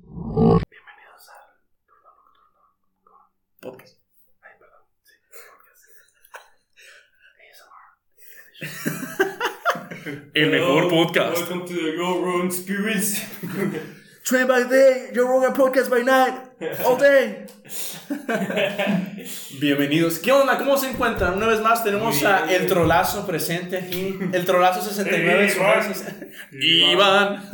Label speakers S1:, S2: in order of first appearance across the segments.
S1: Bienvenidos al Turno Nocturno con Podcast. Ay, perdón. Sí, Podcast. ASMR.
S2: El mejor
S3: Hello,
S2: podcast.
S3: Welcome to the Go Road Experience.
S1: Train by day, Joe Rogan Podcast by night, all day.
S4: Bienvenidos. ¿Qué onda? ¿Cómo se encuentran? Una vez más tenemos
S3: Muy
S4: a
S3: bien.
S4: El Trolazo presente aquí. El Trolazo 69 en sus
S3: Iván.
S4: redes sociales. Iván.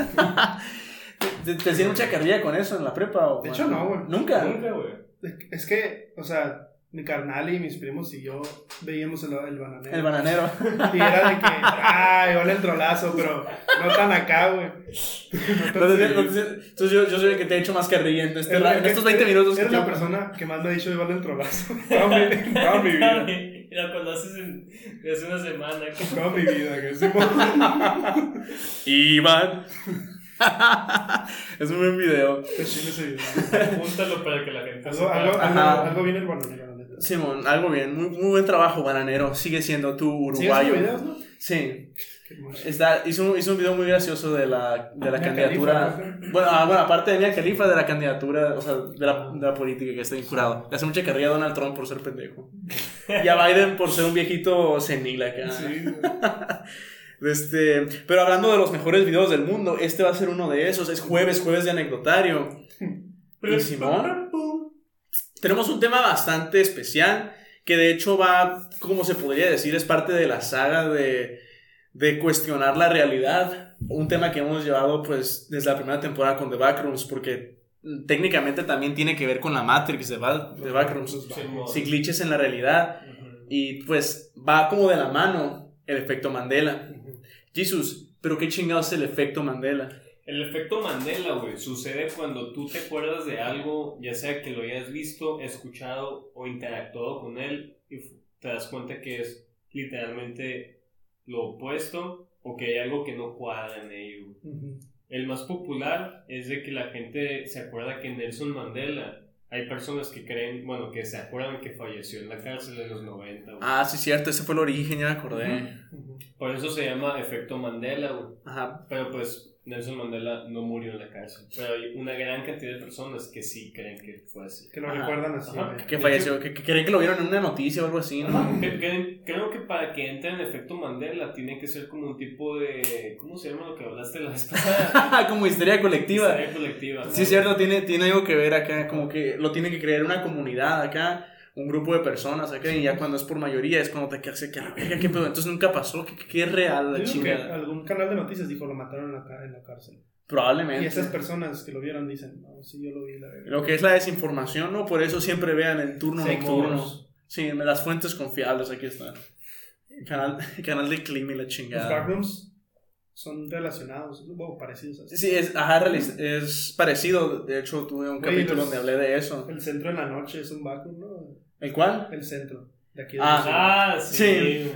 S4: ¿Te, te hacían mucha carrilla con eso en la prepa? O
S5: De hecho, no, güey.
S4: ¿Nunca?
S3: Nunca, güey.
S5: Es que, o sea, mi carnal y mis primos y yo veíamos el, el bananero.
S4: El bananero.
S5: Y era de que, ay, vale el trolazo, pero no tan acá, güey. No tan-
S4: Entonces, entonces, entonces yo, yo soy el que te he hecho más carrilla en, este
S5: Era-
S4: ra- en estos 20 minutos. que
S5: Eres la
S4: yo-
S5: persona que más le ha dicho de vale el trolazo. Toda mi, toda mi vida.
S3: Mira, cuando haces en, de hace una semana. que-
S5: Toda mi vida, que sí, pues, güey.
S4: Iván. es un buen video.
S5: Te chingo ese video.
S3: Júntalo para que la gente
S5: pues, Algo,
S3: sepa.
S5: algo, algo,
S4: Ajá.
S5: algo viene el bananero, la neta.
S4: Simón, algo bien. Muy, muy buen trabajo, bananero. Sigue siendo tú
S5: ¿Sigues sus
S4: uruguayo.
S5: videos, no?
S4: sí.
S5: Qué hermoso.
S4: Está, hizo, un, hizo un video muy gracioso de la, de la
S5: Mia
S4: candidatura.
S5: Khalifa, ¿no?
S4: bueno, ah, bueno, aparte de Mia Khalifa, de la candidatura, o sea, de la, de la política que está incurado. Le hace mucha carrera a Donald Trump por ser pendejo. Y a Biden por ser un viejito senil acá.
S5: Sí, güey.
S4: Este, pero hablando de los mejores videos del mundo, este va a ser uno de esos. Es jueves, jueves de anecdotario. Y Simón, tenemos un tema bastante especial que de hecho va, como se podría decir, es parte de la saga de, de cuestionar la realidad. Un tema que hemos llevado pues desde la primera temporada con The Backrooms porque mm, técnicamente también tiene que ver con la Matrix de, Ba- de Backrooms.
S3: Simón.
S4: Sí, glitches en la realidad.
S3: Ujú.
S4: Y pues va como de la mano el efecto Mandela. Jesus, pero qué chingados es el efecto Mandela.
S3: El efecto Mandela, güey, sucede cuando tú te acuerdas de algo, ya sea que lo hayas visto, escuchado o interactuado con él, y f- te das cuenta que es literalmente lo opuesto o que hay algo que no cuadra en ello. güey.
S5: Ujú.
S3: El más popular es de que la gente se acuerda que Nelson Mandela, hay personas que creen, bueno, que se acuerdan que falleció en la cárcel en los 90, güey.
S4: Ah, sí, cierto, ese fue el origen, ya me acordé.
S5: Ujú.
S3: Por eso se llama efecto Mandela, güey.
S4: Ajá.
S3: Pero pues Nelson Mandela no murió en la cárcel. Pero hay una gran cantidad de personas que sí creen que fue así.
S5: Que lo
S4: Ajá.
S5: recuerdan así,
S3: Ajá.
S5: güey.
S4: ah, Que falleció, que, que creen que lo vieron en una noticia o algo así, ¿no?
S3: Ajá, que- que- creo que para que entre en efecto Mandela tiene que ser como un tipo de... ¿Cómo se llama lo que hablaste la vez pasada?
S4: como histeria colectiva.
S3: Histeria colectiva.
S4: Sí, cierto, tiene, tiene algo que ver acá, como que lo tiene que creer una comunidad acá, un grupo de personas acá, y ya cuando es por mayoría es cuando te quedas de que la verga, qué pedo, entonces nunca pasó, que, que- que es real la
S5: Yo digo que
S4: chingada.
S5: algún canal de noticias dijo lo mataron en la, ca- en la cárcel. Y
S4: Probablemente.
S5: esas personas que lo vieron dicen, no, sí, yo lo vi, la verdad.
S4: Lo que es la desinformación, ¿no? Por eso siempre vean el turno
S5: Sí,
S4: nocturno.
S5: monos.
S4: Sí, las fuentes confiables, aquí están. Canal, canal de clima y la
S5: Los
S4: chingada.
S5: backrooms son relacionados, o parecidos. a eso.
S4: Sí, es, ajá, reali- es parecido. De hecho, tuve un
S5: Oye,
S4: capítulo
S5: los-
S4: donde hablé de eso.
S5: El centro en la noche es un backroom, ¿no?
S4: ¿El cuál?
S5: El centro. De aquí de
S4: Ah,
S5: Monterrey.
S3: Ah,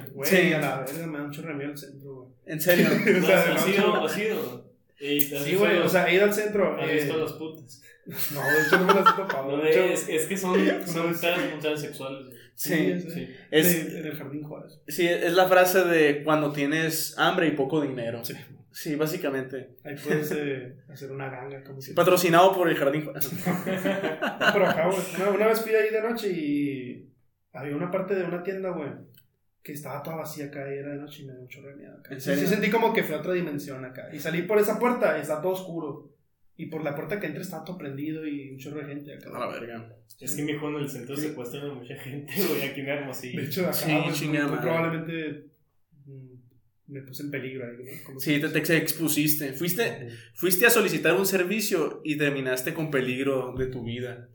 S3: sí. Pues,
S4: Sí.
S5: Güey,
S4: sí.
S5: a la verga, me da un chorro de miedo el centro, güey.
S4: En serio.
S5: O sea, de
S3: ¿Has
S5: noche.
S3: sido? ¿Has sido? Y has
S5: Sí,
S3: visto
S5: güey,
S3: los-
S5: o sea, he ido al centro.
S3: ¿Has
S5: eh,
S3: visto las putas?
S5: No, de hecho no me las he topado.
S3: No,
S5: de hecho,
S3: es, es que son, son
S5: Sí.
S3: trans- transexuales. güey.
S4: Sí.
S5: Sí.
S3: Sí.
S4: Es,
S5: de- en el Jardín Juárez.
S4: sí, es la frase de cuando tienes hambre y poco dinero.
S5: Sí.
S4: Sí, básicamente.
S5: Ahí puedes eh, hacer una ganga, como si.
S4: Patrocinado por el jardín.
S5: No, pero acá, güey. Una, una vez fui ahí de noche y había una parte de una tienda, güey, que estaba toda vacía acá y era de noche y me dio mucho remedio acá.
S4: ¿En serio?
S5: Sí, sentí como que fue a otra dimensión acá. Y salí por esa puerta, está todo oscuro. Y por la puerta que entra está todo prendido y un chorro de gente acá.
S4: A la verga.
S3: Es que, mijo, en el centro secuestran a mucha gente, güey, aquí en Hermosillo.
S5: De hecho, acá,
S4: Sí,
S5: güey, muy-
S4: chingada
S5: muy
S4: madre.
S5: probablemente mm, me puse en peligro ahí, ¿no? Como
S4: Sí,
S5: que-
S4: te, te expusiste. Fuiste, fuiste a solicitar un servicio y terminaste con peligro de tu vida.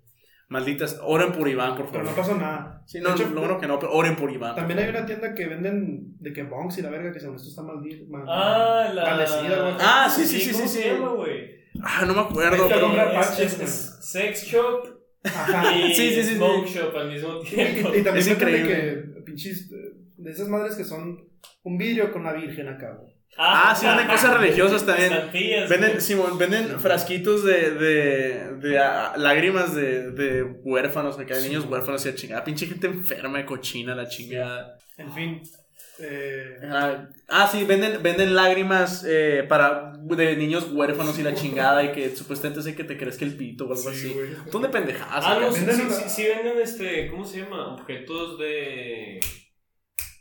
S4: Malditas, oren por Iván, por
S5: Pero no
S4: favor.
S5: pasó nada.
S4: Sí,
S5: De
S4: no,
S5: hecho,
S4: logro que no, pero oren por Iván.
S5: También hay una tienda que venden de que bongs y la verga que según esto está mal. mal-
S3: Ah, la.
S5: Maldecida, güey.
S4: Ah, sí, sí, sí,
S3: ¿cómo
S4: sí,
S3: se
S4: sí.
S3: llama, güey?
S4: Ah, no me acuerdo,
S5: Esta
S4: pero.
S5: comprar
S3: Es-
S5: parches,
S3: es- es Sex shop
S5: Ajá.
S3: y
S4: Sí, sí, sí, sí.
S3: smoke shop al mismo
S5: Y,
S3: tiempo.
S5: y- y también
S4: Es
S5: es
S4: increíble.
S5: que pinches eh, de esas madres que son un vidrio con la virgen acá. güey.
S4: Ah, sí, venden cosas religiosas también.
S3: Estampillas,
S4: Venden,
S3: güey.
S4: Simón, venden frasquitos de, de, de, ah, lágrimas de, de huérfanos, acá de niños huérfanos y la chingada. Pinche gente enferma, cochina, la chingada.
S5: En fin, Eh,
S4: Ah, ah, sí, venden, venden lágrimas eh, para de niños huérfanos y la chingada y que supuestamente sé que te crezca el pito o algo así.
S5: güey.
S4: Un montón de pendejadas.
S3: Ah, no,
S4: acá.
S3: sí,
S5: Venden
S3: sí,
S5: una-
S3: sí, sí venden este, ¿cómo se llama? Objetos de...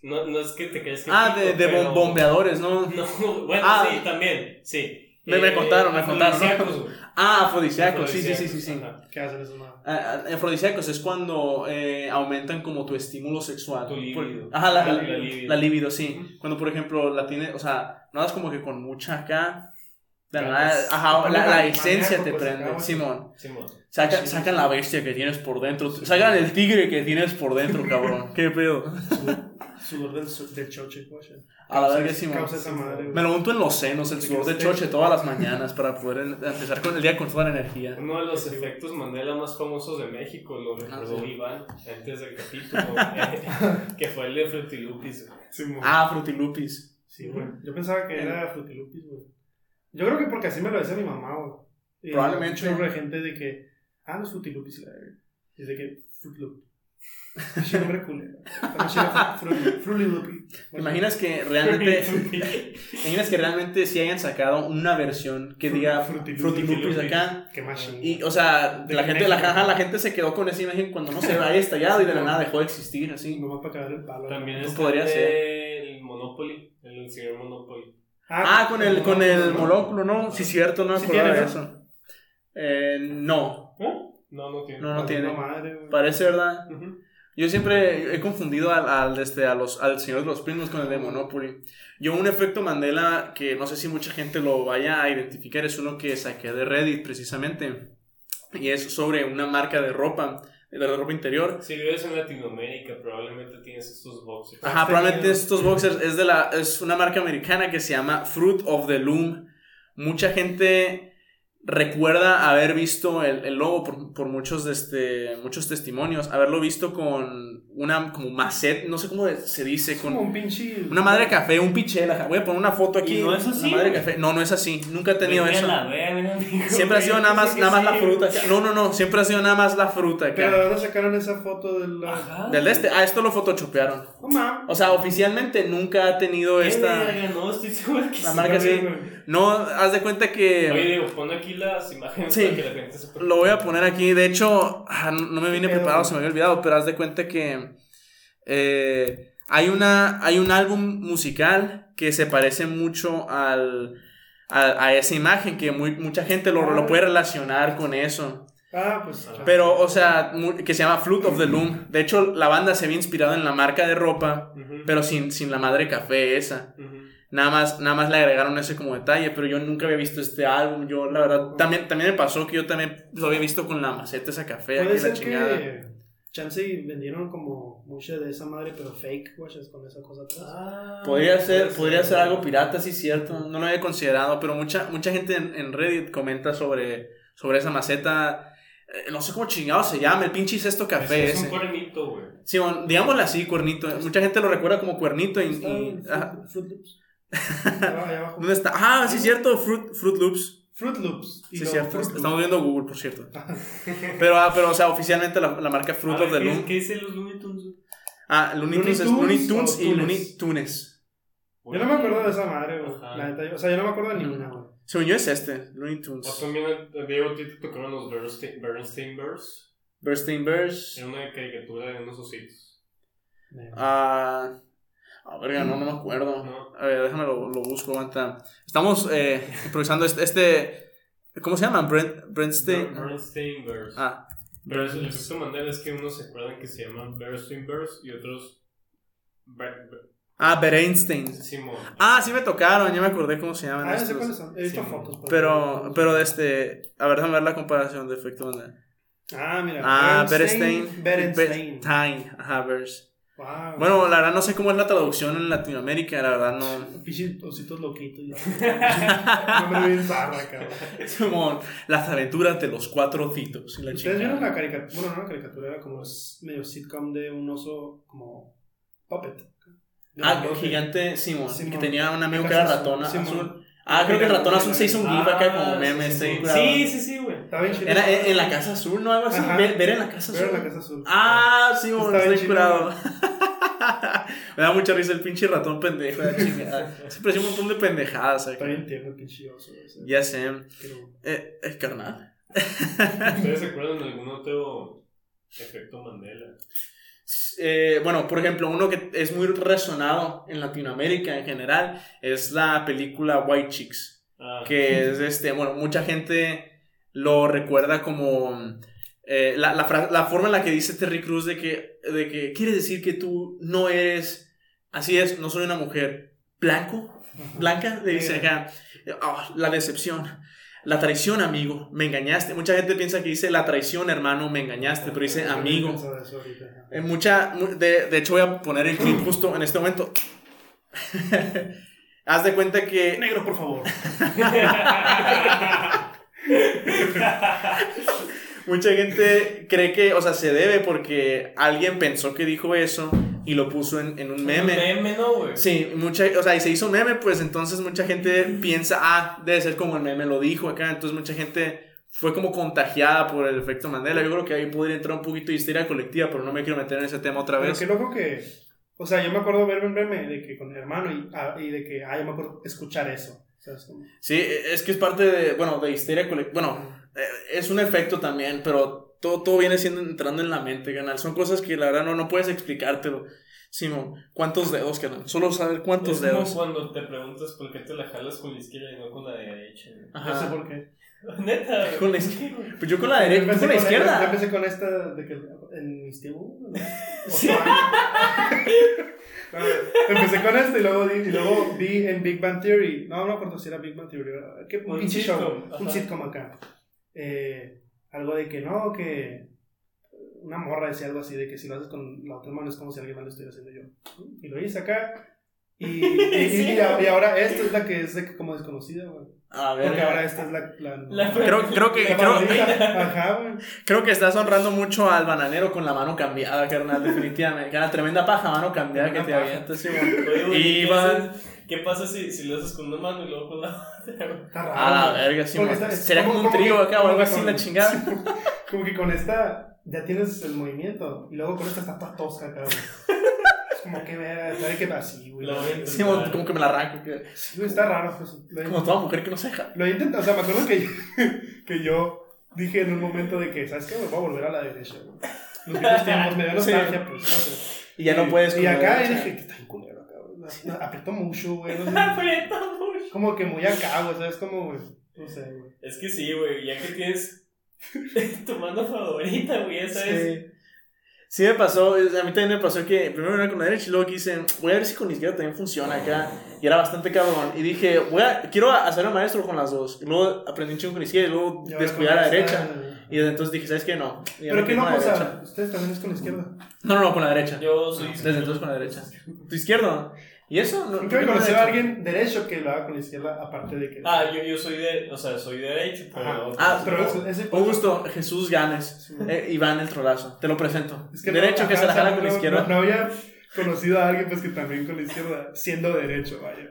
S3: No, no es que te crees que...
S4: Ah, de,
S3: pito,
S4: de
S3: pero-
S4: bom- bombeadores, ¿no?
S3: No, bueno,
S4: Ah.
S3: sí, también, sí. Eh,
S4: Me- me contaron, me contaron, ¿no?
S3: afrodisíacos, güey.
S4: Ah, afrodisíacos, sí, sí, sí, sí. sí.
S3: Ajá.
S5: ¿Qué hacen esos madres?
S4: Ah, ah, Afrodisíacos es cuando eh, aumentan como tu estímulo sexual.
S3: Tu líbido.
S4: Por- ajá, la,
S3: Ah,
S4: la-
S3: la libido.
S4: la libido, sí. Cuando, por ejemplo, la tiene, o sea, no das como que con mucha acá. de la nada,
S3: Ganas.
S4: ajá, la, la
S5: pues, Maníaco,
S4: esencia te
S5: pues, acá,
S4: prende,
S5: güey.
S4: Simón.
S3: Simón.
S4: Saca-
S5: Sí.
S4: sacan la bestia que tienes por dentro. Sacan el tigre que tienes por dentro, cabrón. ¿Qué pedo?
S5: Sudor- Sudor del, su- del choche, güey.
S4: A la verga,
S5: Causa-
S4: Simón.
S5: Causa esa madre,
S4: Me
S5: güey.
S4: lo unto en los senos, el
S5: Sí,
S4: sudor
S5: que
S4: de
S5: esté.
S4: choche todas las mañanas para poder en- empezar con el día con toda la energía.
S3: Uno de los efectos Mandela más famosos de México lo recordó
S4: Ah, sí.
S3: Iván antes del capítulo, güey, que fue el de Frutilupis. güey.
S5: Simón.
S4: Ah, frutilupis.
S5: Sí, güey. Yo pensaba que era Frutilupis, güey. Yo creo que porque así me lo decía mi mamá, güey. Y
S4: Probablemente.
S5: Un chorro de gente de que, ah, los Frutilupis, la verga. Y de que, Frutilupis. Ese nombre culero. Frutilupis.
S4: ¿Te imaginas que realmente, te imaginas que realmente si hayan sacado una versión que diga
S5: Frutilupis.
S4: frutilupis acá?
S5: Qué más chingón.
S4: Y, o sea,
S5: De
S4: la gente, la,
S5: México.
S4: ajá, la gente se quedó con esa imagen cuando no se había estallado y de la nada dejó de existir,
S5: Y
S4: así.
S5: nomás para cagar el palo.
S3: También
S4: Pues
S3: es
S4: podría
S3: el Monopoly, el señor Monopoly.
S4: Ah, con el, con el
S5: ¿no?
S4: molóculo, ¿no? Sí, cierto, no me
S5: Sí
S4: acordaba de
S5: tiene,
S4: eso. Eh, no,
S3: ¿Eh? No, no tiene.
S4: no, no
S5: Maldita
S4: tiene.
S5: madre, güey.
S4: Parece, ¿verdad?
S3: Ujú.
S4: Yo siempre he confundido al, al, este, a los, al Señor de los Primos con el de Monopoly. Yo un efecto Mandela que no sé si mucha gente lo vaya a identificar es uno que saqué de Reddit precisamente. Y es sobre una marca de ropa, de la ropa interior.
S3: Si vives en Latinoamérica, probablemente tienes estos boxes.
S4: Ajá, probablemente estos boxers es de la es una marca americana que se llama Fruit of the Loom. Mucha gente recuerda haber visto el, el logo por, por muchos, de este, muchos testimonios, haberlo visto con una como macet, no sé cómo se dice,
S5: Como
S4: con
S5: un pinche.
S4: una madre de café, un pichela. Voy a poner una foto aquí.
S3: Y no es así,
S4: una madre de
S3: güey.
S4: café. No, no es así. Nunca he tenido
S3: Vete a
S4: eso.
S3: la verga, amigo,
S4: Siempre ha
S3: güey,
S4: sido nada más,
S3: dice que
S4: nada más la
S3: sí.
S4: fruta. acá. No, no, no. Siempre ha sido nada más la fruta acá.
S5: Pero ahora sacaron esa foto de la.
S3: Ajá.
S4: Del de este. Ah, esto lo photoshopearon.
S5: No mames.
S4: O sea, oficialmente nunca ha tenido
S3: Eh,
S4: esta.
S3: verga, No, estoy seguro que
S4: La
S3: sí.
S4: marca sí. No, haz de cuenta
S3: Oye,
S4: que.
S3: Diego, pon aquí las imágenes
S4: Sí.
S3: para que la gente se
S4: Lo voy a poner aquí. De hecho, ah, no no me vine
S5: Pero-
S4: preparado, se me había olvidado, pero haz de cuenta que. eh, hay, una, hay un álbum musical que se parece mucho al, a, a esa imagen, que muy- mucha gente lo, lo puede relacionar con eso.
S5: Ah, pues.
S4: Pero, o sea, mu- que se llama Flute of the Loom. De hecho, la banda se había inspirado en la marca de ropa,
S3: Ujú,
S4: pero sin, sin la madre café esa.
S3: ujú.
S4: Nada más, nada más le agregaron ese como detalle, pero yo nunca había visto este álbum. Yo, la verdad, también, también me pasó que yo también lo había visto con la maceta esa café,
S5: Puede
S4: aquí la
S5: ser
S4: chingada.
S5: que. Chance y vendieron como mucha de esa madre, pero fake, güey, es con esa cosa
S4: Ah,
S5: atrás.
S4: Podría ser, podría ser algo pirata, sí, cierto. No lo había considerado, pero mucha, mucha gente en, en Reddit comenta sobre, sobre esa maceta. eh, no sé cómo chingado se llama, el pinche cesto café
S3: Es, es un
S4: ese.
S3: cuernito, güey.
S4: Sí, bueno, digámosle así, cuernito. Mucha gente lo recuerda como cuernito. Y,
S5: Está
S4: y-
S5: en
S4: ajá.
S5: Fruit- Fruit Loops. Ah, ahí abajo.
S4: ¿Dónde está? Ah, sí, cierto, Fruit, Fruit Loops.
S5: Fruit Loops. y
S4: Sí,
S5: luego
S4: cierto.
S5: Fruit Loops.
S4: Estamos viendo Google, por cierto. pero, ah, pero, o sea, oficialmente la, la marca Fruit
S3: A
S4: of the
S3: ver, Ah, ¿qué,
S4: Loom.
S3: ¿Qué dicen los Looney Tunes?
S4: Ah, Looney Tunes es
S5: Looney
S4: Looney Tunes
S5: Tunes o
S4: y
S5: Tunes.
S4: Looney Tunes.
S5: Yo no me acuerdo de esa madre, güey.
S3: Ajá.
S5: La neta, yo- o sea, yo no me acuerdo de ninguna, güey.
S4: Según yo es este, Looney
S3: O
S4: Tunes.
S3: también, eh, Diego, ¿a ti te tocaron los Bernstein, Bernstein Bears?
S4: Bernstein Bears.
S3: Era una caricatura de unos ositos.
S4: Ah. A verga, no, no me acuerdo.
S3: No.
S4: A ver, déjame lo, lo busco, aguanta. Estamos eh, improvisando este, este. ¿Cómo se llama? Brent, Brentstein-
S3: Bernstein Bears.
S4: Este- Ah,
S3: Pero es- el efecto Mandela es que unos se acuerdan que se llaman Bernstein Bears y otros. Ber- Ber-
S4: ah, Bernstein.
S3: Simón.
S4: Ah, sí me tocaron, ya me acordé cómo se llaman
S5: Ah, ya sé
S4: estos.
S5: cuáles son. He visto
S3: Sí.
S5: fotos.
S4: Pero, pero de este. A ver, déjame ver la comparación de efecto Mandela.
S5: Ah, mira.
S4: Ah, Berestein.
S5: Berestein.
S4: Time. Ajá, Beres.
S5: Wow.
S4: Bueno, la verdad no sé cómo es la traducción en Latinoamérica, la verdad no.
S5: Pinches ositos loquitos. y la- No me bien zarra, cabrón.
S4: Es Como las aventuras de los cuatro citos. y la
S5: Ustedes vieron
S4: chingada.
S5: la caricatura. Bueno, no una caricatura, era como es medio sitcom de un oso como puppet.
S4: Ah, el gigante Simon, que
S5: Simón.
S4: tenía un amigo
S5: De
S4: que era
S5: casa
S4: ratón
S5: azul.
S4: azul.
S5: Simón.
S4: Ah, creo que el ratón
S5: Ah,
S4: azul se hizo un gif acá como meme. está
S3: Sí,
S4: bien
S3: sí,
S4: curado.
S3: sí, sí, sí, güey.
S5: Está bien chido.
S4: Era en, en la casa azul, ¿no? Algo así.
S5: Ajá.
S4: Ver, ver en la casa
S5: Era
S4: azul.
S5: en la casa azul.
S4: Ah, Simón,
S5: Está
S4: está
S5: bien
S4: bien curado. Me da mucha risa el pinche ratón pendejo. la chingada. Siempre hacía un montón de pendejadas. acá.
S5: También entiendo el pinche oso. ese.
S4: Ya sé.
S5: Pero-
S4: Eh, eh, carnal.
S3: ¿Ustedes se acuerdan de algún otro efecto Mandela?
S4: Eh, bueno, por ejemplo, uno que es muy resonado en Latinoamérica en general es la película White Chicks.
S3: Ah,
S4: que es este, bueno, mucha gente lo recuerda como eh, la, la, fra- la forma en la que dice Terry Cruz de que, de que quiere decir que tú no eres, así es, no soy una mujer blanco, blanca, le dice acá, "Ah, la decepción. La traición, amigo, me engañaste. Mucha gente piensa que dice la traición, hermano, me engañaste, pero dice
S5: Yo no
S4: amigo.
S5: pensaba eso ahorita, ajá.
S4: En Eh, mucha, mu- de, de hecho, voy a poner el clip justo en este momento. Haz de cuenta que
S5: Negro, por favor.
S4: Mucha gente cree que, o sea, se debe porque alguien pensó que dijo eso y lo puso en, en un meme.
S3: Meme, ¿no, güey?
S4: Sí, mucha, o sea, y se hizo un meme, pues entonces mucha gente piensa, ah, debe ser como el meme lo dijo acá. Entonces mucha gente fue como contagiada por el efecto Mandela. Yo creo que ahí podría entrar un poquito de histeria colectiva, pero no me quiero meter en ese tema otra
S5: Pero
S4: vez.
S5: qué loco que. O sea, yo me acuerdo verme un meme de que con mi hermano y, ah, y de que, ah, yo me acuerdo escuchar eso. O sea, es como-
S4: Sí, e, es que es parte de, bueno, de histeria colectiva. Bueno, eh, es un efecto también, pero todo, todo viene siendo entrando en la mente, canal. Son cosas que la verdad no, no puedes explicártelo. Simón, ¿cuántos dedos, canal? Solo saber cuántos
S3: Es como
S4: dedos.
S3: cuando te preguntas por qué te la jalas con la izquierda y no con la derecha. güey.
S5: No sé
S4: Ajá.
S5: por qué.
S3: Neta, güey.
S4: Con la izquierda. Pues yo con la
S5: Yo
S4: derecha,
S5: empecé
S4: con la
S5: con- Yo
S4: izquierda.
S5: empecé con esta de que en mis tiempos. ¿no? O
S4: Sí.
S5: sea, no, Empecé con esta y luego, di, y luego vi en Big Bang Theory. No, no me acuerdo si era Big Bang Theory. ¿verdad? ¿Qué
S3: Un
S5: pinche
S3: sitcom,
S5: show?
S3: ajá.
S5: Un sitcom acá. Eh, algo de que no, que una morra decía algo así de que si lo haces con la otra mano es como si alguien más lo estuviera haciendo yo. Y lo hice acá. Y, y, y- y- y ahora esta es la que es de que como desconocida, güey.
S4: A ver.
S5: Porque ahora esta es la. la,
S3: La-
S4: Creo, creo que,
S5: la
S4: creo,
S5: favorita. Ajá, güey.
S4: creo que estás honrando mucho al bananero con la mano cambiada, carnal, definitivamente. Carnal, tremenda paja, mano cambiada que te
S5: Tremenda paja.
S4: avientas, Simón.
S3: Oye, güey, ¿qué
S4: Iván.
S3: haces- ¿Qué pasa si, si lo haces con una mano y luego con la otra?
S5: Está raro.
S4: A Ah, la
S5: güey.
S4: verga, Simón.
S5: Porque está-
S4: Sería como un
S5: ¿cómo-
S4: trío
S5: cómo-
S4: acá o algo
S5: cómo-
S4: así, la
S5: cómo-
S4: chingada.
S5: Como que con esta ya tienes el movimiento. Y luego con esta está toda tosca, cabrón. es como que vea, sabe que así, güey.
S3: Lo ven.
S5: Sí,
S4: Sí, mo- como que me la arranco. que-
S5: güey, está raro, pues. Lo, he-
S4: Como toda mujer que no se deja.
S5: lo he intentado, o sea, me acuerdo que yo, que yo dije en un momento de que, ¿sabes qué? Me voy a volver a la derecha, güey. Los viejos tiempos, me da nostalgia, pues, no sé.
S4: Y ya no puedes.
S5: Y
S4: como-
S5: acá y dije, que está bien culero, cabrón. No, Apretó mucho, güey. no sé.
S3: Aprieta mucho.
S5: Como que muy acá, güey, ¿sabes? Como, güey. No sé, güey.
S3: Es que sí, güey, ya que tienes tu mano favorita, güey, ya sabes.
S4: Sí. Sí me pasó, es- a mí también me pasó que primero era con la derecha y luego quise, voy a ver si con la izquierda también funciona acá. Y era bastante cabrón. Y dije, voy a, quiero hacer el maestro con las dos. Y luego aprendí un chingo con la izquierda y luego
S5: Y ahora
S4: descuidé a la
S5: con esta-
S4: derecha. Y desde entonces dije, ¿sabes qué? No. Y ya
S5: Pero
S4: me
S5: qué
S4: quedé con
S5: loco, o
S4: la derecha.
S5: sea, ustedes también es con la izquierda.
S4: No, no, no, con la derecha.
S3: Yo soy.
S4: Desde entonces con la derecha. ¿Tu izquierda? ¿Y eso? No, yo
S5: Nunca
S4: con
S5: he
S4: la
S5: conocido a
S4: derecha.
S5: alguien derecho que lo haga con la izquierda, aparte de que.
S3: Ah, yo, yo soy de. O sea, soy derecho, pero.
S4: Ah,
S5: pero ese, ese
S4: Augusto, Jesús Ganes.
S5: Sí.
S4: Eh, Iván el trolazo, te lo presento.
S5: Es que no-
S4: Derecho que
S5: ajá,
S4: se la
S5: o sea,
S4: jala con la
S5: no-
S4: izquierda.
S5: No, no había conocido a alguien pues que también con la izquierda, siendo derecho, vaya.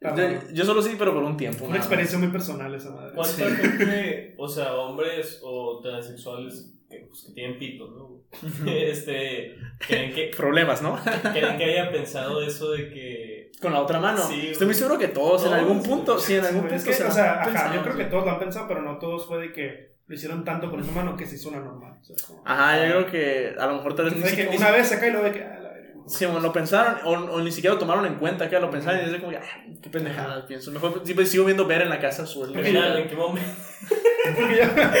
S5: Está
S4: Yo-
S5: raro.
S4: yo, solo sí, pero por un tiempo.
S5: Una
S4: nada más.
S5: experiencia muy personal esa madre.
S3: ¿Cuánta gente, o sea, hombres o transexuales que, pues, que tienen pito, ¿no? este, creen que,
S4: Problemas, ¿no?
S3: creen que haya pensado eso de que.
S4: Con la otra mano.
S3: Sí,
S4: Estoy muy
S3: güey.
S4: seguro que todos, en
S3: Todos,
S4: algún
S3: güey.
S4: punto, sí, en algún punto.
S5: Es que,
S4: se
S5: o
S4: la
S5: sea,
S4: han
S5: ajá, yo
S4: pensado,
S5: creo que
S4: güey.
S5: todos lo han pensado, pero no todos fue de que lo hicieron tanto con esa mano que se hizo una normal. o sea, como-
S4: Ajá, yo creo que a lo mejor tal vez ni
S5: Entonces, de
S4: siquiera.
S5: que una vez acá y luego de que. ah, la verga.
S4: Sí, bueno, lo pensaron o, o ni siquiera lo tomaron en cuenta, que lo pensaron y
S5: Ujú.
S4: es como, que, ah, qué pendejada pienso. Mejor siempre sigo viendo ver en la casa azul.
S3: Mira, ¿en qué momento?
S5: Porque ya-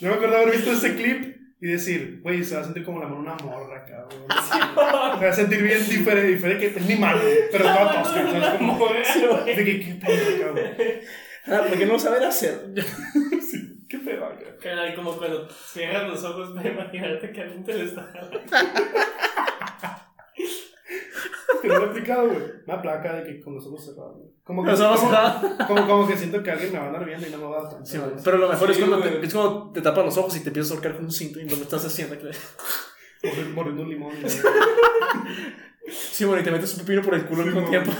S5: Yo me acuerdo haber visto ese clip y decir, güey, se va a sentir como la mano de una morra, cabrón. Se va a sentir bien diferente, diferente que es mi mano, pero toda tosca. ¿sabes? Como, de que, ¿qué pedo, cabrón?
S4: Ah, porque no saber hacer.
S5: ¿Qué pedo, cabrón?
S3: Caray, como cuando cierras los ojos para imaginarte que alguien te lo está jalando.
S5: Te lo he aplicado, güey. Una placa de que con los ojos cerrados. güey. Como que,
S4: Nos vamos
S5: como,
S4: a-
S5: como, como que siento que alguien me va a andar viendo y no me va a dar tanto,
S4: Sí,
S5: güey.
S4: güey. pero lo mejor
S3: Sí,
S4: es, cuando
S3: güey.
S4: te, es cuando te tapas los ojos y te empiezas a ahorcar con un cinto y lo que estás haciendo. creo.
S5: Morri- Mordiendo un limón.
S4: Sí, bueno, y te metes un pepino por el culo al mismo
S5: Sí,
S4: tiempo.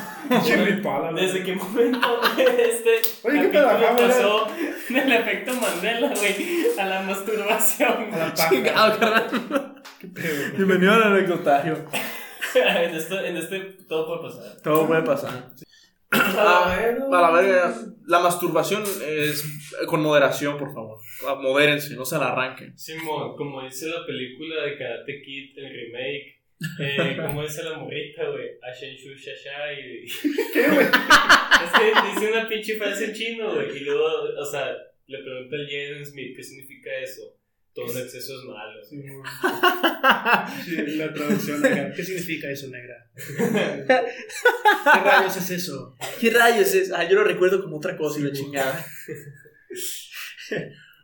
S5: Chilipala.
S3: ¿Desde qué momento este
S5: Oye, ¿qué
S3: capítulo
S5: pedajaba, eh?
S3: pasó del efecto Mandela, güey, a la masturbación?
S5: A la paja.
S4: Chingado, carnal.
S5: Qué pedo.
S4: Bienvenido al anecdotario.
S3: en, este, en este todo puede pasar.
S4: Todo puede pasar.
S3: A
S4: Ah, A la verga, la masturbación es con moderación, por favor. Modérense, no se la arranquen.
S3: Simón, como dice la película de Karate Kid, el remake, eh, como dice la morrita, güey, Ashen Shu Shasha y...
S5: ¿Qué, güey?
S3: Es que dice una pinche frase en chino, güey, y luego, o sea, le pregunta al Jaden Smith qué significa eso. Todo en exceso es malo.
S5: Sí, güey. Sí, la traducción negra. ¿Qué significa eso, negra? ¿Qué rayos es eso?
S4: ¿Qué rayos es? Ah, yo lo recuerdo como otra cosa y la chingada.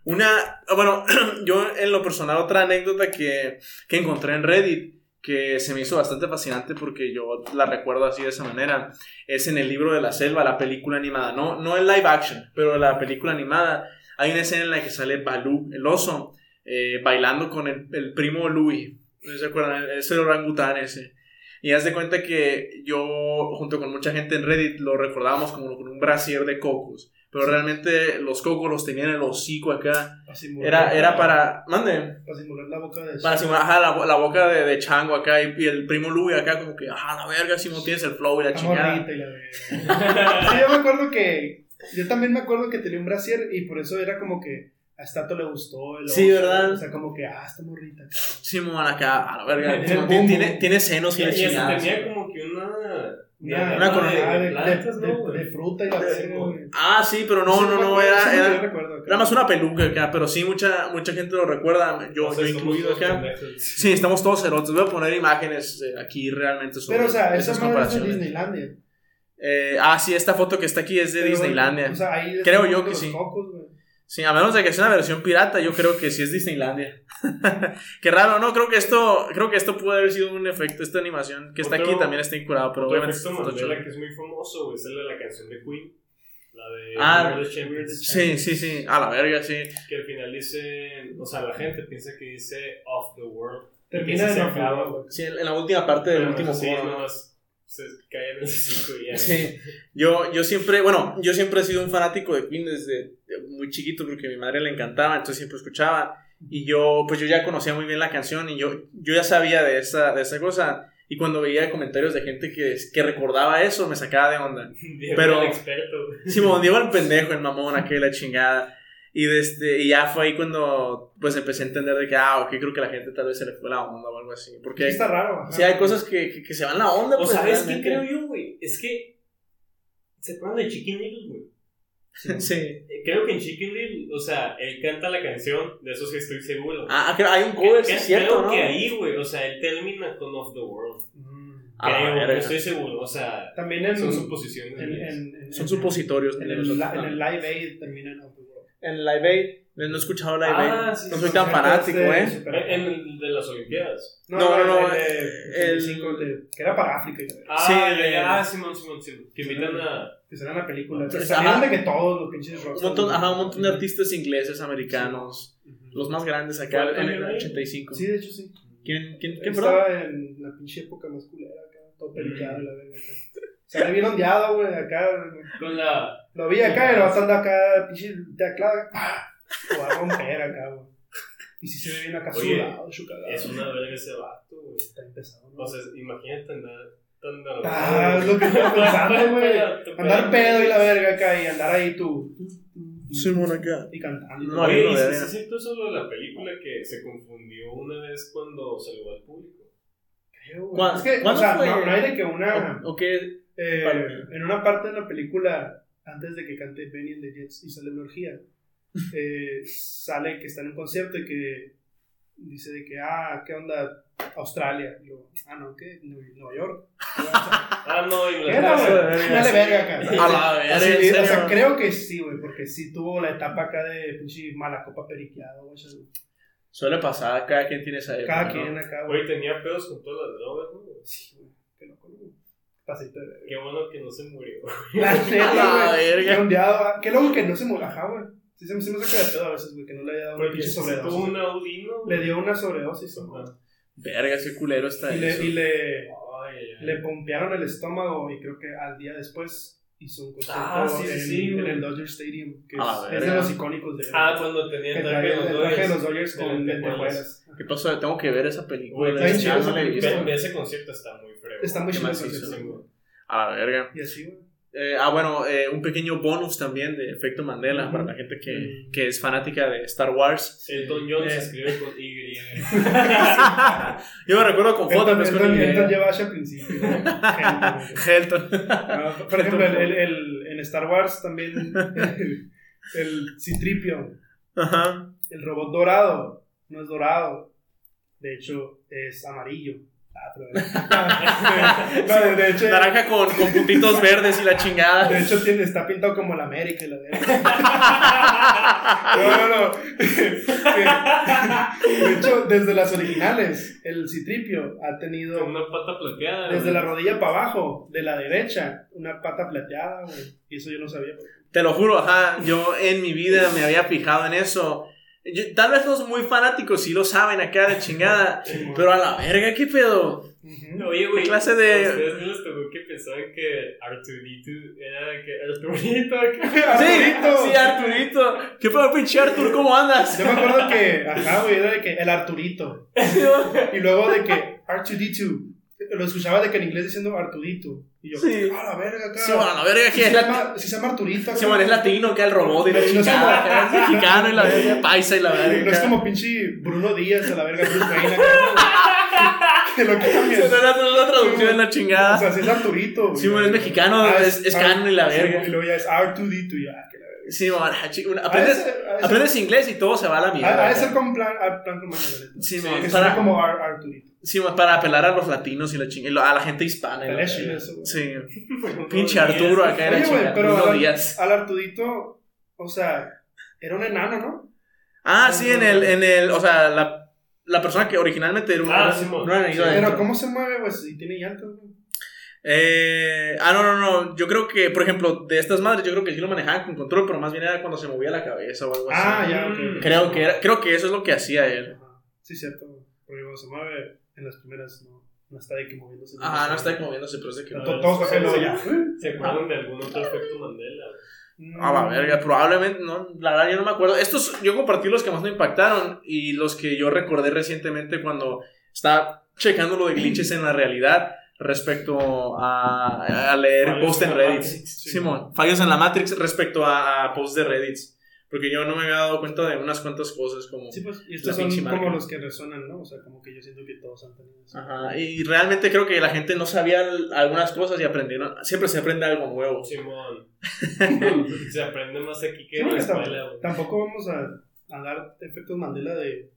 S4: Una, ah, bueno, yo en lo personal otra anécdota que, que encontré en Reddit que se me hizo bastante fascinante porque yo la recuerdo así de esa manera. Es en el libro de la selva, la película animada. No, no el live action, pero la película animada. Hay una escena en la que sale Balú, el oso, eh, bailando con el, el primo Louis. ¿No se acuerdan? Es el orangután ese. Y haz de cuenta que yo, junto con mucha gente en Reddit, lo recordábamos como con un brasier de cocos. Pero realmente los cocos los tenían en el hocico acá.
S5: Para simular-
S4: Era, era para. Mande.
S5: Para simular la boca de
S4: Para simular ajá, la, la boca de, de chango acá y, y el primo Louis acá como que, ajá, la verga, si no tienes el flow y la
S5: La
S4: chingada.
S5: morrita y la verga. Sí, yo me acuerdo que. Yo también me acuerdo que tenía un brasier y por eso era como que a Stato le gustó. El
S4: Sí,
S5: oso,
S4: ¿verdad?
S5: O sea, como que, ah, esta morrita.
S4: Simón acá, a la verga,
S5: El
S4: Simón,
S5: bombo.
S4: tiene, tiene, tiene senos y
S3: Y,
S4: la
S3: y hasta
S4: chingada.
S3: tenía como que una...
S5: Una,
S3: diadema
S4: corona
S5: Ah,
S3: de,
S5: de,
S3: plantas, ¿no,
S5: de- de-
S3: güey?
S5: de fruta y la
S3: De-
S5: verga, güey.
S4: Ah, sí, pero no,
S5: Eso
S4: no,
S5: me
S4: no,
S5: acuerdo, eso
S4: era,
S5: es lo que yo
S4: era,
S5: recuerdo, acá.
S4: era más una peluca acá, pero sí, mucha, mucha gente lo recuerda, yo,
S3: O sea,
S4: yo
S3: somos
S4: incluido
S3: dos
S4: acá.
S3: pendejos.
S4: Sí, estamos todos cerotes, voy a poner imágenes eh, aquí realmente sobre
S5: Pero, o sea,
S4: esas
S5: esa madre es de
S4: comparaciones.
S5: Disneylandia.
S4: Eh, ah, sí, esta foto que está aquí es de
S5: Pero,
S4: Disneylandia.
S5: O sea, ahí les
S4: Creo
S5: ponen
S4: yo que
S5: los
S4: sí.
S5: cocos, güey.
S4: Sí, a menos de que sea una versión pirata, yo creo que sí es Disneylandia. Qué raro, no, creo que esto, creo que esto puede haber sido un efecto, esta animación que está
S3: Otro-
S4: aquí también está incurada, pero
S3: Otro
S4: obviamente
S3: efecto
S4: es Photoshop.
S3: Mandela que es muy famoso, güey, es el de la canción de Queen. La de
S4: Ah,
S3: World Champions.
S4: Sí, sí, sí, a la verga, sí.
S3: Que al final dice, o sea, la gente piensa que dice off the world.
S5: Termina
S3: que
S5: de
S3: se
S5: acaba,
S3: acaba.
S5: güey.
S4: Sí, en en la última parte del
S3: Pero
S4: último
S3: sí,
S4: coro, ¿no?
S3: nomás se cae en el cinco y ya.
S4: Sí, yo, yo siempre, bueno, yo siempre he sido un fanático de Queen desde muy chiquito porque a mi madre le encantaba, entonces siempre escuchaba. Y yo, pues yo ya conocía muy bien la canción y yo, yo ya sabía de esa, de esa cosa. Y cuando veía comentarios de gente que, que recordaba eso, me sacaba de onda.
S3: Diego
S4: Pero-
S3: el experto, güey.
S4: Simón Diego el pendejo, el mamón, aquel, la chingada. Y, desde, y ya fue ahí cuando pues empecé a entender de que, ah, ok, creo que la gente tal vez se le fue la onda o algo así. Porque
S5: Está raro, ajá.
S4: si hay cosas que, que, que se van la onda,
S3: O
S4: pues.
S3: sabes qué
S4: realmente.
S3: creo yo, güey. Es que se acuerdan de Chicken Little, güey.
S4: Sí.
S3: Eh, Creo que en Chicken Little, o sea, él canta la canción, de eso sí estoy seguro.
S4: Ah, creo- hay un cover, sí,
S3: Que-
S4: es cierto,
S3: creo
S4: ¿no?
S3: que ahí, güey, o sea, él termina con Off the World.
S5: Mm.
S4: Ah,
S3: creo,
S4: verga.
S3: no estoy seguro, o sea,
S5: También en.
S3: son suposiciones.
S5: en-
S3: mías.
S5: en- en-
S4: Son
S5: en-
S4: supositorios.
S5: En
S4: de
S5: el,
S4: nosotros,
S5: la- en
S4: ¿no?
S5: el Live Aid termina en Outdoor World.
S4: En Live Aid. No he escuchado Live Aid.
S3: Ah, sí,
S4: no
S3: sí,
S4: soy
S3: sí,
S4: tan
S5: sí,
S4: fanático,
S5: este,
S4: ¿eh?
S5: super-
S3: En el de las Olimpiadas.
S5: No,
S4: No,
S5: no,
S4: no,
S5: no.
S4: no,
S5: El,
S4: el-
S5: de 85, el de- que era para África. y la verga,
S3: Ah,
S4: Sí,
S3: ya,
S4: de-
S3: ya, ah, Simón, Simón, Simón. Que invitan a.
S5: Que será una película.
S4: Entonces,
S5: Salieron
S4: ajá.
S5: de que todos los pinches
S4: Un
S5: rockstars.
S4: montón, ajá, un montón de artistas ingleses, americanos.
S5: Ujú.
S4: Los más grandes acá
S3: ¿Cuál
S4: en el
S3: también hay?
S4: 85.
S5: Sí, de hecho sí.
S4: ¿Quién, quién, quién, perdón? Mm.
S5: Estaba en la pinche época más culera acá. Todo peluqueado, y la verga. acá. Se me bien ondeado, güey, acá.
S3: Con la.
S5: Lo vi acá y lo bastando acá, pinche de acá. ¡pah! Lo va a romper acá, güey. Y si se ve bien acá
S3: Oye,
S5: sudado, chucado.
S3: Es una verga ese vato, güey.
S5: Está empezado, ¿no?
S3: O sea, imagínate andar tan drogado.
S5: Ah, es lo que estaba pensando, güey. Andar pedo y la
S3: verga.
S5: verga acá y andar ahí tú.
S4: Simón acá.
S5: Y cantando.
S4: No, yo
S3: Oye,
S4: no
S3: ¿y
S4: de
S3: si
S4: arena.
S3: es cierto eso lo de la película que se confundió una vez cuando salió al público?
S5: creo, güey.
S4: ¿Cuán-
S5: es que, o
S4: cuándo
S5: sea,
S4: fue?
S5: no, no hay de que una.
S4: ¿O, o qué?
S5: eh,
S4: Para-
S5: en una parte de la película, antes de que cante Benny and the Jets y sale una orgía, eh, sale que está en un concierto y que dice de que, ah, ¿qué onda? Australia. Y yo, ah, no, ¿qué? Nue- Nueva York.
S3: Ah, no, y
S5: ¿Qué era,
S4: Eso de
S5: güey?
S4: verga,
S5: Dale
S4: sí.
S5: verga acá.
S4: A la verga,
S5: Sí,
S4: en
S5: o sea,
S4: serio.
S5: creo que sí, güey, porque sí tuvo la etapa acá de pinche mala copa periqueado, güey. esas-
S4: Suele pasar, cada quien tiene esa época,
S5: Cada
S4: ¿no?
S5: quien acá, güey.
S3: Güey, tenía pedos con todas las drogas, ¿no?
S5: Sí, güey, qué loco, güey. Pasito de verga.
S3: Qué bueno que no se murió.
S5: La
S4: la
S5: neta, güey.
S4: verga.
S5: Qué ondeado, ah. Qué loco que no se molajá, güey. Sí, se me, se me saca de pedo a veces, güey, que no le haya dado una
S3: Porque
S5: pinche
S3: se tuvo
S5: sobredosis.
S3: un audino.
S5: Le dio una sobredosis, ¿no?
S4: Verga, qué culero está
S5: Y le,
S4: eso.
S5: y le,
S3: Ay, ay.
S5: le pompearon el estómago y creo que al día después hizo un concierto
S3: Ah, sí, sí,
S5: en,
S3: sí,
S5: en
S3: güey.
S5: el Dodger Stadium, que
S4: Ah,
S5: es,
S4: verga.
S5: es de los icónicos de
S3: Ah, cuando
S5: que
S3: tenían
S5: trae
S3: traje
S5: el
S3: los
S5: traje de
S3: Dodgers.
S5: los Dodgers
S3: con
S5: con
S3: lentejuelas.
S5: lentejuelas.
S4: ¿Qué pasa? Tengo que ver esa película.
S2: Güey,
S5: Está bien
S4: Ya
S5: chido,
S4: no la he
S5: güey.
S4: visto.
S2: Ve- ve Ese concierto está muy fregón.
S5: Está muy
S4: Qué
S5: chido. el
S4: macizo,
S5: concierto,
S3: güey.
S5: güey.
S4: A la verga.
S5: Y así, güey.
S4: Eh, ah, bueno, eh, un pequeño bonus también de Efecto Mandela para la gente que, que es fanática de Star Wars.
S3: Elton John
S4: Eh.
S3: se escribe con Y.
S4: Yo me recuerdo con fotos,
S5: Elton-
S4: pero es con
S5: Elton-
S4: Y.
S5: Elton lleva Ash al principio. güey. Gente, güey.
S4: Helton.
S5: No, Por ejemplo, el, el, el- en Star Wars también el Citripio,
S4: Ajá.
S5: el robot dorado, no es dorado, de hecho es amarillo. Ah, pero- No, de, de hecho,
S4: Naranja con, con puntitos verdes y la chingada.
S5: de hecho tiene, está pintado como el América. y La verga. no, no, no. De hecho, desde las originales, el Citripio ha tenido
S3: Con una pata plateada.
S5: Desde
S3: güey.
S5: la rodilla para abajo, de la derecha, una pata plateada, güey. Y eso yo no sabía. güey.
S4: Te lo juro, ajá. Yo en mi vida me había fijado en eso. Yo- tal vez los muy fanáticos sí lo saben acá de chingada. Pero a la verga, ¿qué pedo?
S5: Ujú.
S3: Oye, güey.
S4: ¿Qué clase de-
S3: ¿a Ustedes no les tocó que pensaban que Arturito era de que Arturito. que-
S4: Sí,
S5: Arturito.
S4: sí, Arturito. ¿Qué pedo, pinche Artur? ¿Cómo andas?
S5: Yo me acuerdo que, ajá, güey, era de que el Arturito. Y luego de que R2D2. Lo escuchaba de que en inglés diciendo Arturito. Y yo,
S4: Sí.
S5: ah, la verga, cara.
S4: Sí, bueno, a la verga,
S5: si,
S4: que
S5: se
S4: es la...
S5: llama, si se llama Arturito,
S4: Sí,
S5: acá.
S4: bueno, es latino, que el robot y la
S5: No, no es
S4: chingada,
S5: como-
S4: acá, es mexicano y la verga, paisa y la verga.
S5: No es
S4: acá.
S5: como pinche Bruno Díaz a la verga, Bruce Wayne, acá, güey. Que lo
S4: Sí, no,
S5: cambian.
S4: no, no, la traducción es la
S5: O
S4: chingada.
S5: sea, si es Arturito. güey.
S4: Sí, bueno, es mexicano,
S5: Ah,
S4: es, es canon y la
S5: sí,
S4: verga.
S5: Y luego ya es R2D2. y yo, ah, que la verga.
S4: Sí, bueno, ah, chi- una-
S5: A
S4: aprendes,
S5: ese- a ese-
S4: aprendes inglés y todo se va a la mierda.
S5: Ha de ser
S4: acá.
S5: con plan, a plan con maña, la neta.
S4: Sí,
S5: Que
S4: bueno,
S5: suena
S4: para,
S5: como Ar- Arturito.
S4: sí, bueno, para apelar a los latinos y la ching- y lo- a la gente hispana. y la
S5: Pelea chida
S4: verga.
S5: eso, güey.
S4: Sí, pinche Arturo acá era
S5: Oye, güey,
S4: chingada.
S5: pero
S4: Bruno
S5: al-
S4: Díaz.
S5: Al Arturito, o sea, era un enano, ¿no?
S4: Ah, sí, en el, en el, o sea, la, la persona que originalmente era un
S3: Ah,
S4: era-
S3: sí,
S4: no
S3: bueno.
S4: era niño adentro.
S5: Pero ¿cómo se mueve, güey? Si tiene llantas, güey.
S4: Eh, ah, no, no, no. Yo creo que, por ejemplo, de estas madres, yo creo que sí lo manejaban con control, pero más bien era cuando se movía la cabeza o algo
S5: Ah,
S4: así.
S5: ya, ok.
S3: Mm.
S4: Pues Creo que, era, creo que eso es lo que hacía él.
S5: Ajá. Sí, cierto, güey. Porque cuando se mueve en las primeras, no, no está de que moviéndose.
S4: Ajá, no está ahí moviéndose, pero es de que.
S5: Está todo- todo café, luego ya.
S3: ¿Se acuerdan de algún otro efecto Mandela?
S4: A Ah, la verga, probablemente, no, la verdad yo no me acuerdo. Estos, yo compartí los que más me impactaron y los que yo recordé recientemente cuando estaba checando lo de glitches en la realidad respecto a, a leer
S3: Fallos
S4: post
S3: en
S4: en
S3: la
S4: Reddit.
S3: Matrix, sí.
S4: Simón, fallos en la Matrix respecto a, a post de Reddit. Porque yo no me había dado cuenta de unas cuantas cosas como...
S5: Sí, pues, y estos
S4: La
S5: son
S4: pinche
S5: como
S4: marca. Ah.
S5: los que resuenan, ¿no? O sea, como que yo siento que todos han tenido eso.
S4: Ajá, y realmente creo que la gente no sabía al- algunas cosas y aprendieron. Siempre se aprende algo nuevo.
S3: Simón. se aprende más aquí que
S5: Sí,
S3: en la
S5: porque tam-
S3: escuela, güey.
S5: Tampoco vamos a, a dar efectos Mandela de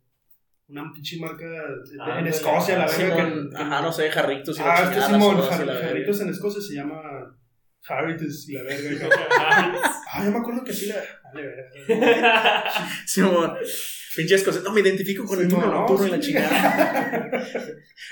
S5: una pinche marca de-
S3: Ah,
S5: en
S3: no,
S5: Escocia, la verga.
S4: Simón,
S5: que- que-
S4: ajá, no sé, jarritos y la
S5: Ah, este
S4: chingada,
S5: Simón,
S4: las sodas y la
S5: Jar-
S4: verga.
S5: Jarritos en Escocia se llama Jarritos y la verga. ah, yo me acuerdo que sí la. Vale, verga.
S4: Simón. Pinches cosas. No, me identifico con el
S5: Simón,
S4: turno
S5: no,
S4: nocturno y
S5: sí.
S4: la chingada.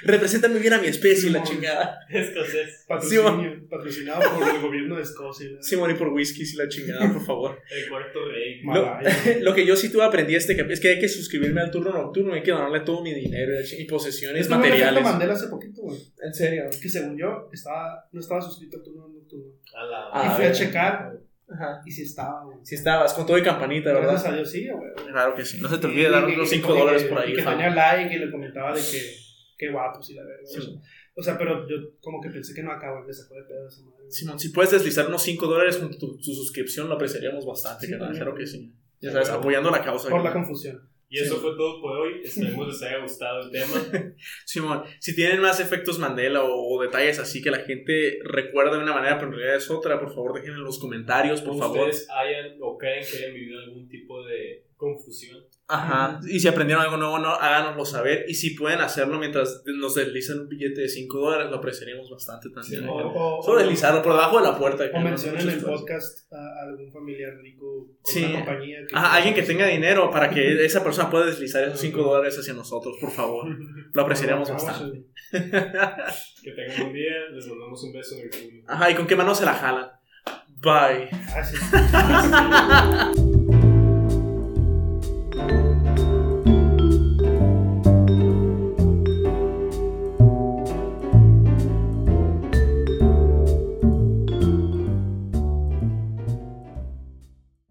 S4: Representa muy bien a mi especie y la
S5: Simón.
S4: chingada.
S3: Escocés.
S5: Patrocinio, patrocinado por el gobierno de Escocia. la-
S4: Simón, y por whisky y la chingada, por favor.
S3: El cuarto rey.
S5: Malaya.
S4: Lo que yo sí tuve aprendí este cap- es que hay que suscribirme al turno nocturno. Hay que donarle todo mi dinero y la chi- y posesiones
S5: Esto fue el efecto
S4: materiales.
S5: Mandela hace poquito, güey.
S4: En serio.
S5: Que según yo estaba, no estaba suscrito al turno nocturno.
S3: A la.
S4: Ah,
S5: y fui a
S4: verga.
S5: checar
S4: Ajá.
S5: y sí estaba, güey.
S4: Si estabas con todo y campanita,
S5: Gracias
S4: ¿verdad?
S5: a Dios, sí, güey.
S4: Claro que sí. No se te
S5: Y-
S4: olvide
S5: y-
S4: dar
S5: y-
S4: unos
S5: y-
S4: 5
S5: y-
S4: dólares
S5: y-
S4: por ahí.
S5: Que
S4: Juan.
S5: tenía like y le comentaba de que qué guapos y la verga.
S4: Sí.
S5: O sea, pero yo como que pensé que no acabó, me sacó de pedo esa madre. güey.
S4: Simón, si puedes deslizar unos 5 dólares con tu, tu suscripción, lo apreciaríamos bastante,
S5: Sí,
S4: carnal,
S5: también.
S4: Claro que sí. Ya sabes, apoyando la causa.
S5: Por la confusión.
S3: Y eso fue todo por hoy. Esperemos les haya gustado el tema.
S4: Simón, si tienen más efectos Mandela o, o detalles así que la gente recuerda de una manera, pero en realidad es otra, por favor, dejen en los comentarios, por favor.
S3: ¿Ustedes hayan o creen que hayan vivido algún tipo de confusión?
S4: Ajá. Y si aprendieron algo nuevo, no, háganoslo saber. Y si pueden hacerlo mientras nos deslizan un billete de 5 dólares, lo apreciaríamos bastante también.
S3: Sí,
S5: O,
S4: ¿eh?
S5: o-
S4: Solo deslizarlo por debajo de la puerta.
S5: o
S4: carnal, no
S5: mencionen en
S4: mucho
S5: el
S4: esfuerzo.
S5: podcast a algún familiar rico con
S4: Sí.
S5: una compañía. Que
S4: Ajá, alguien que tenga dinero para que esa persona pueda deslizar esos 5 dólares hacia nosotros, por favor. Lo apreciaríamos
S5: Vamos,
S4: bastante.
S5: güey.
S3: Que tengan un día. Les mandamos un beso en el culo.
S4: Ajá, ¿y con qué mano se la jalan? Bye.
S5: Ah, sí.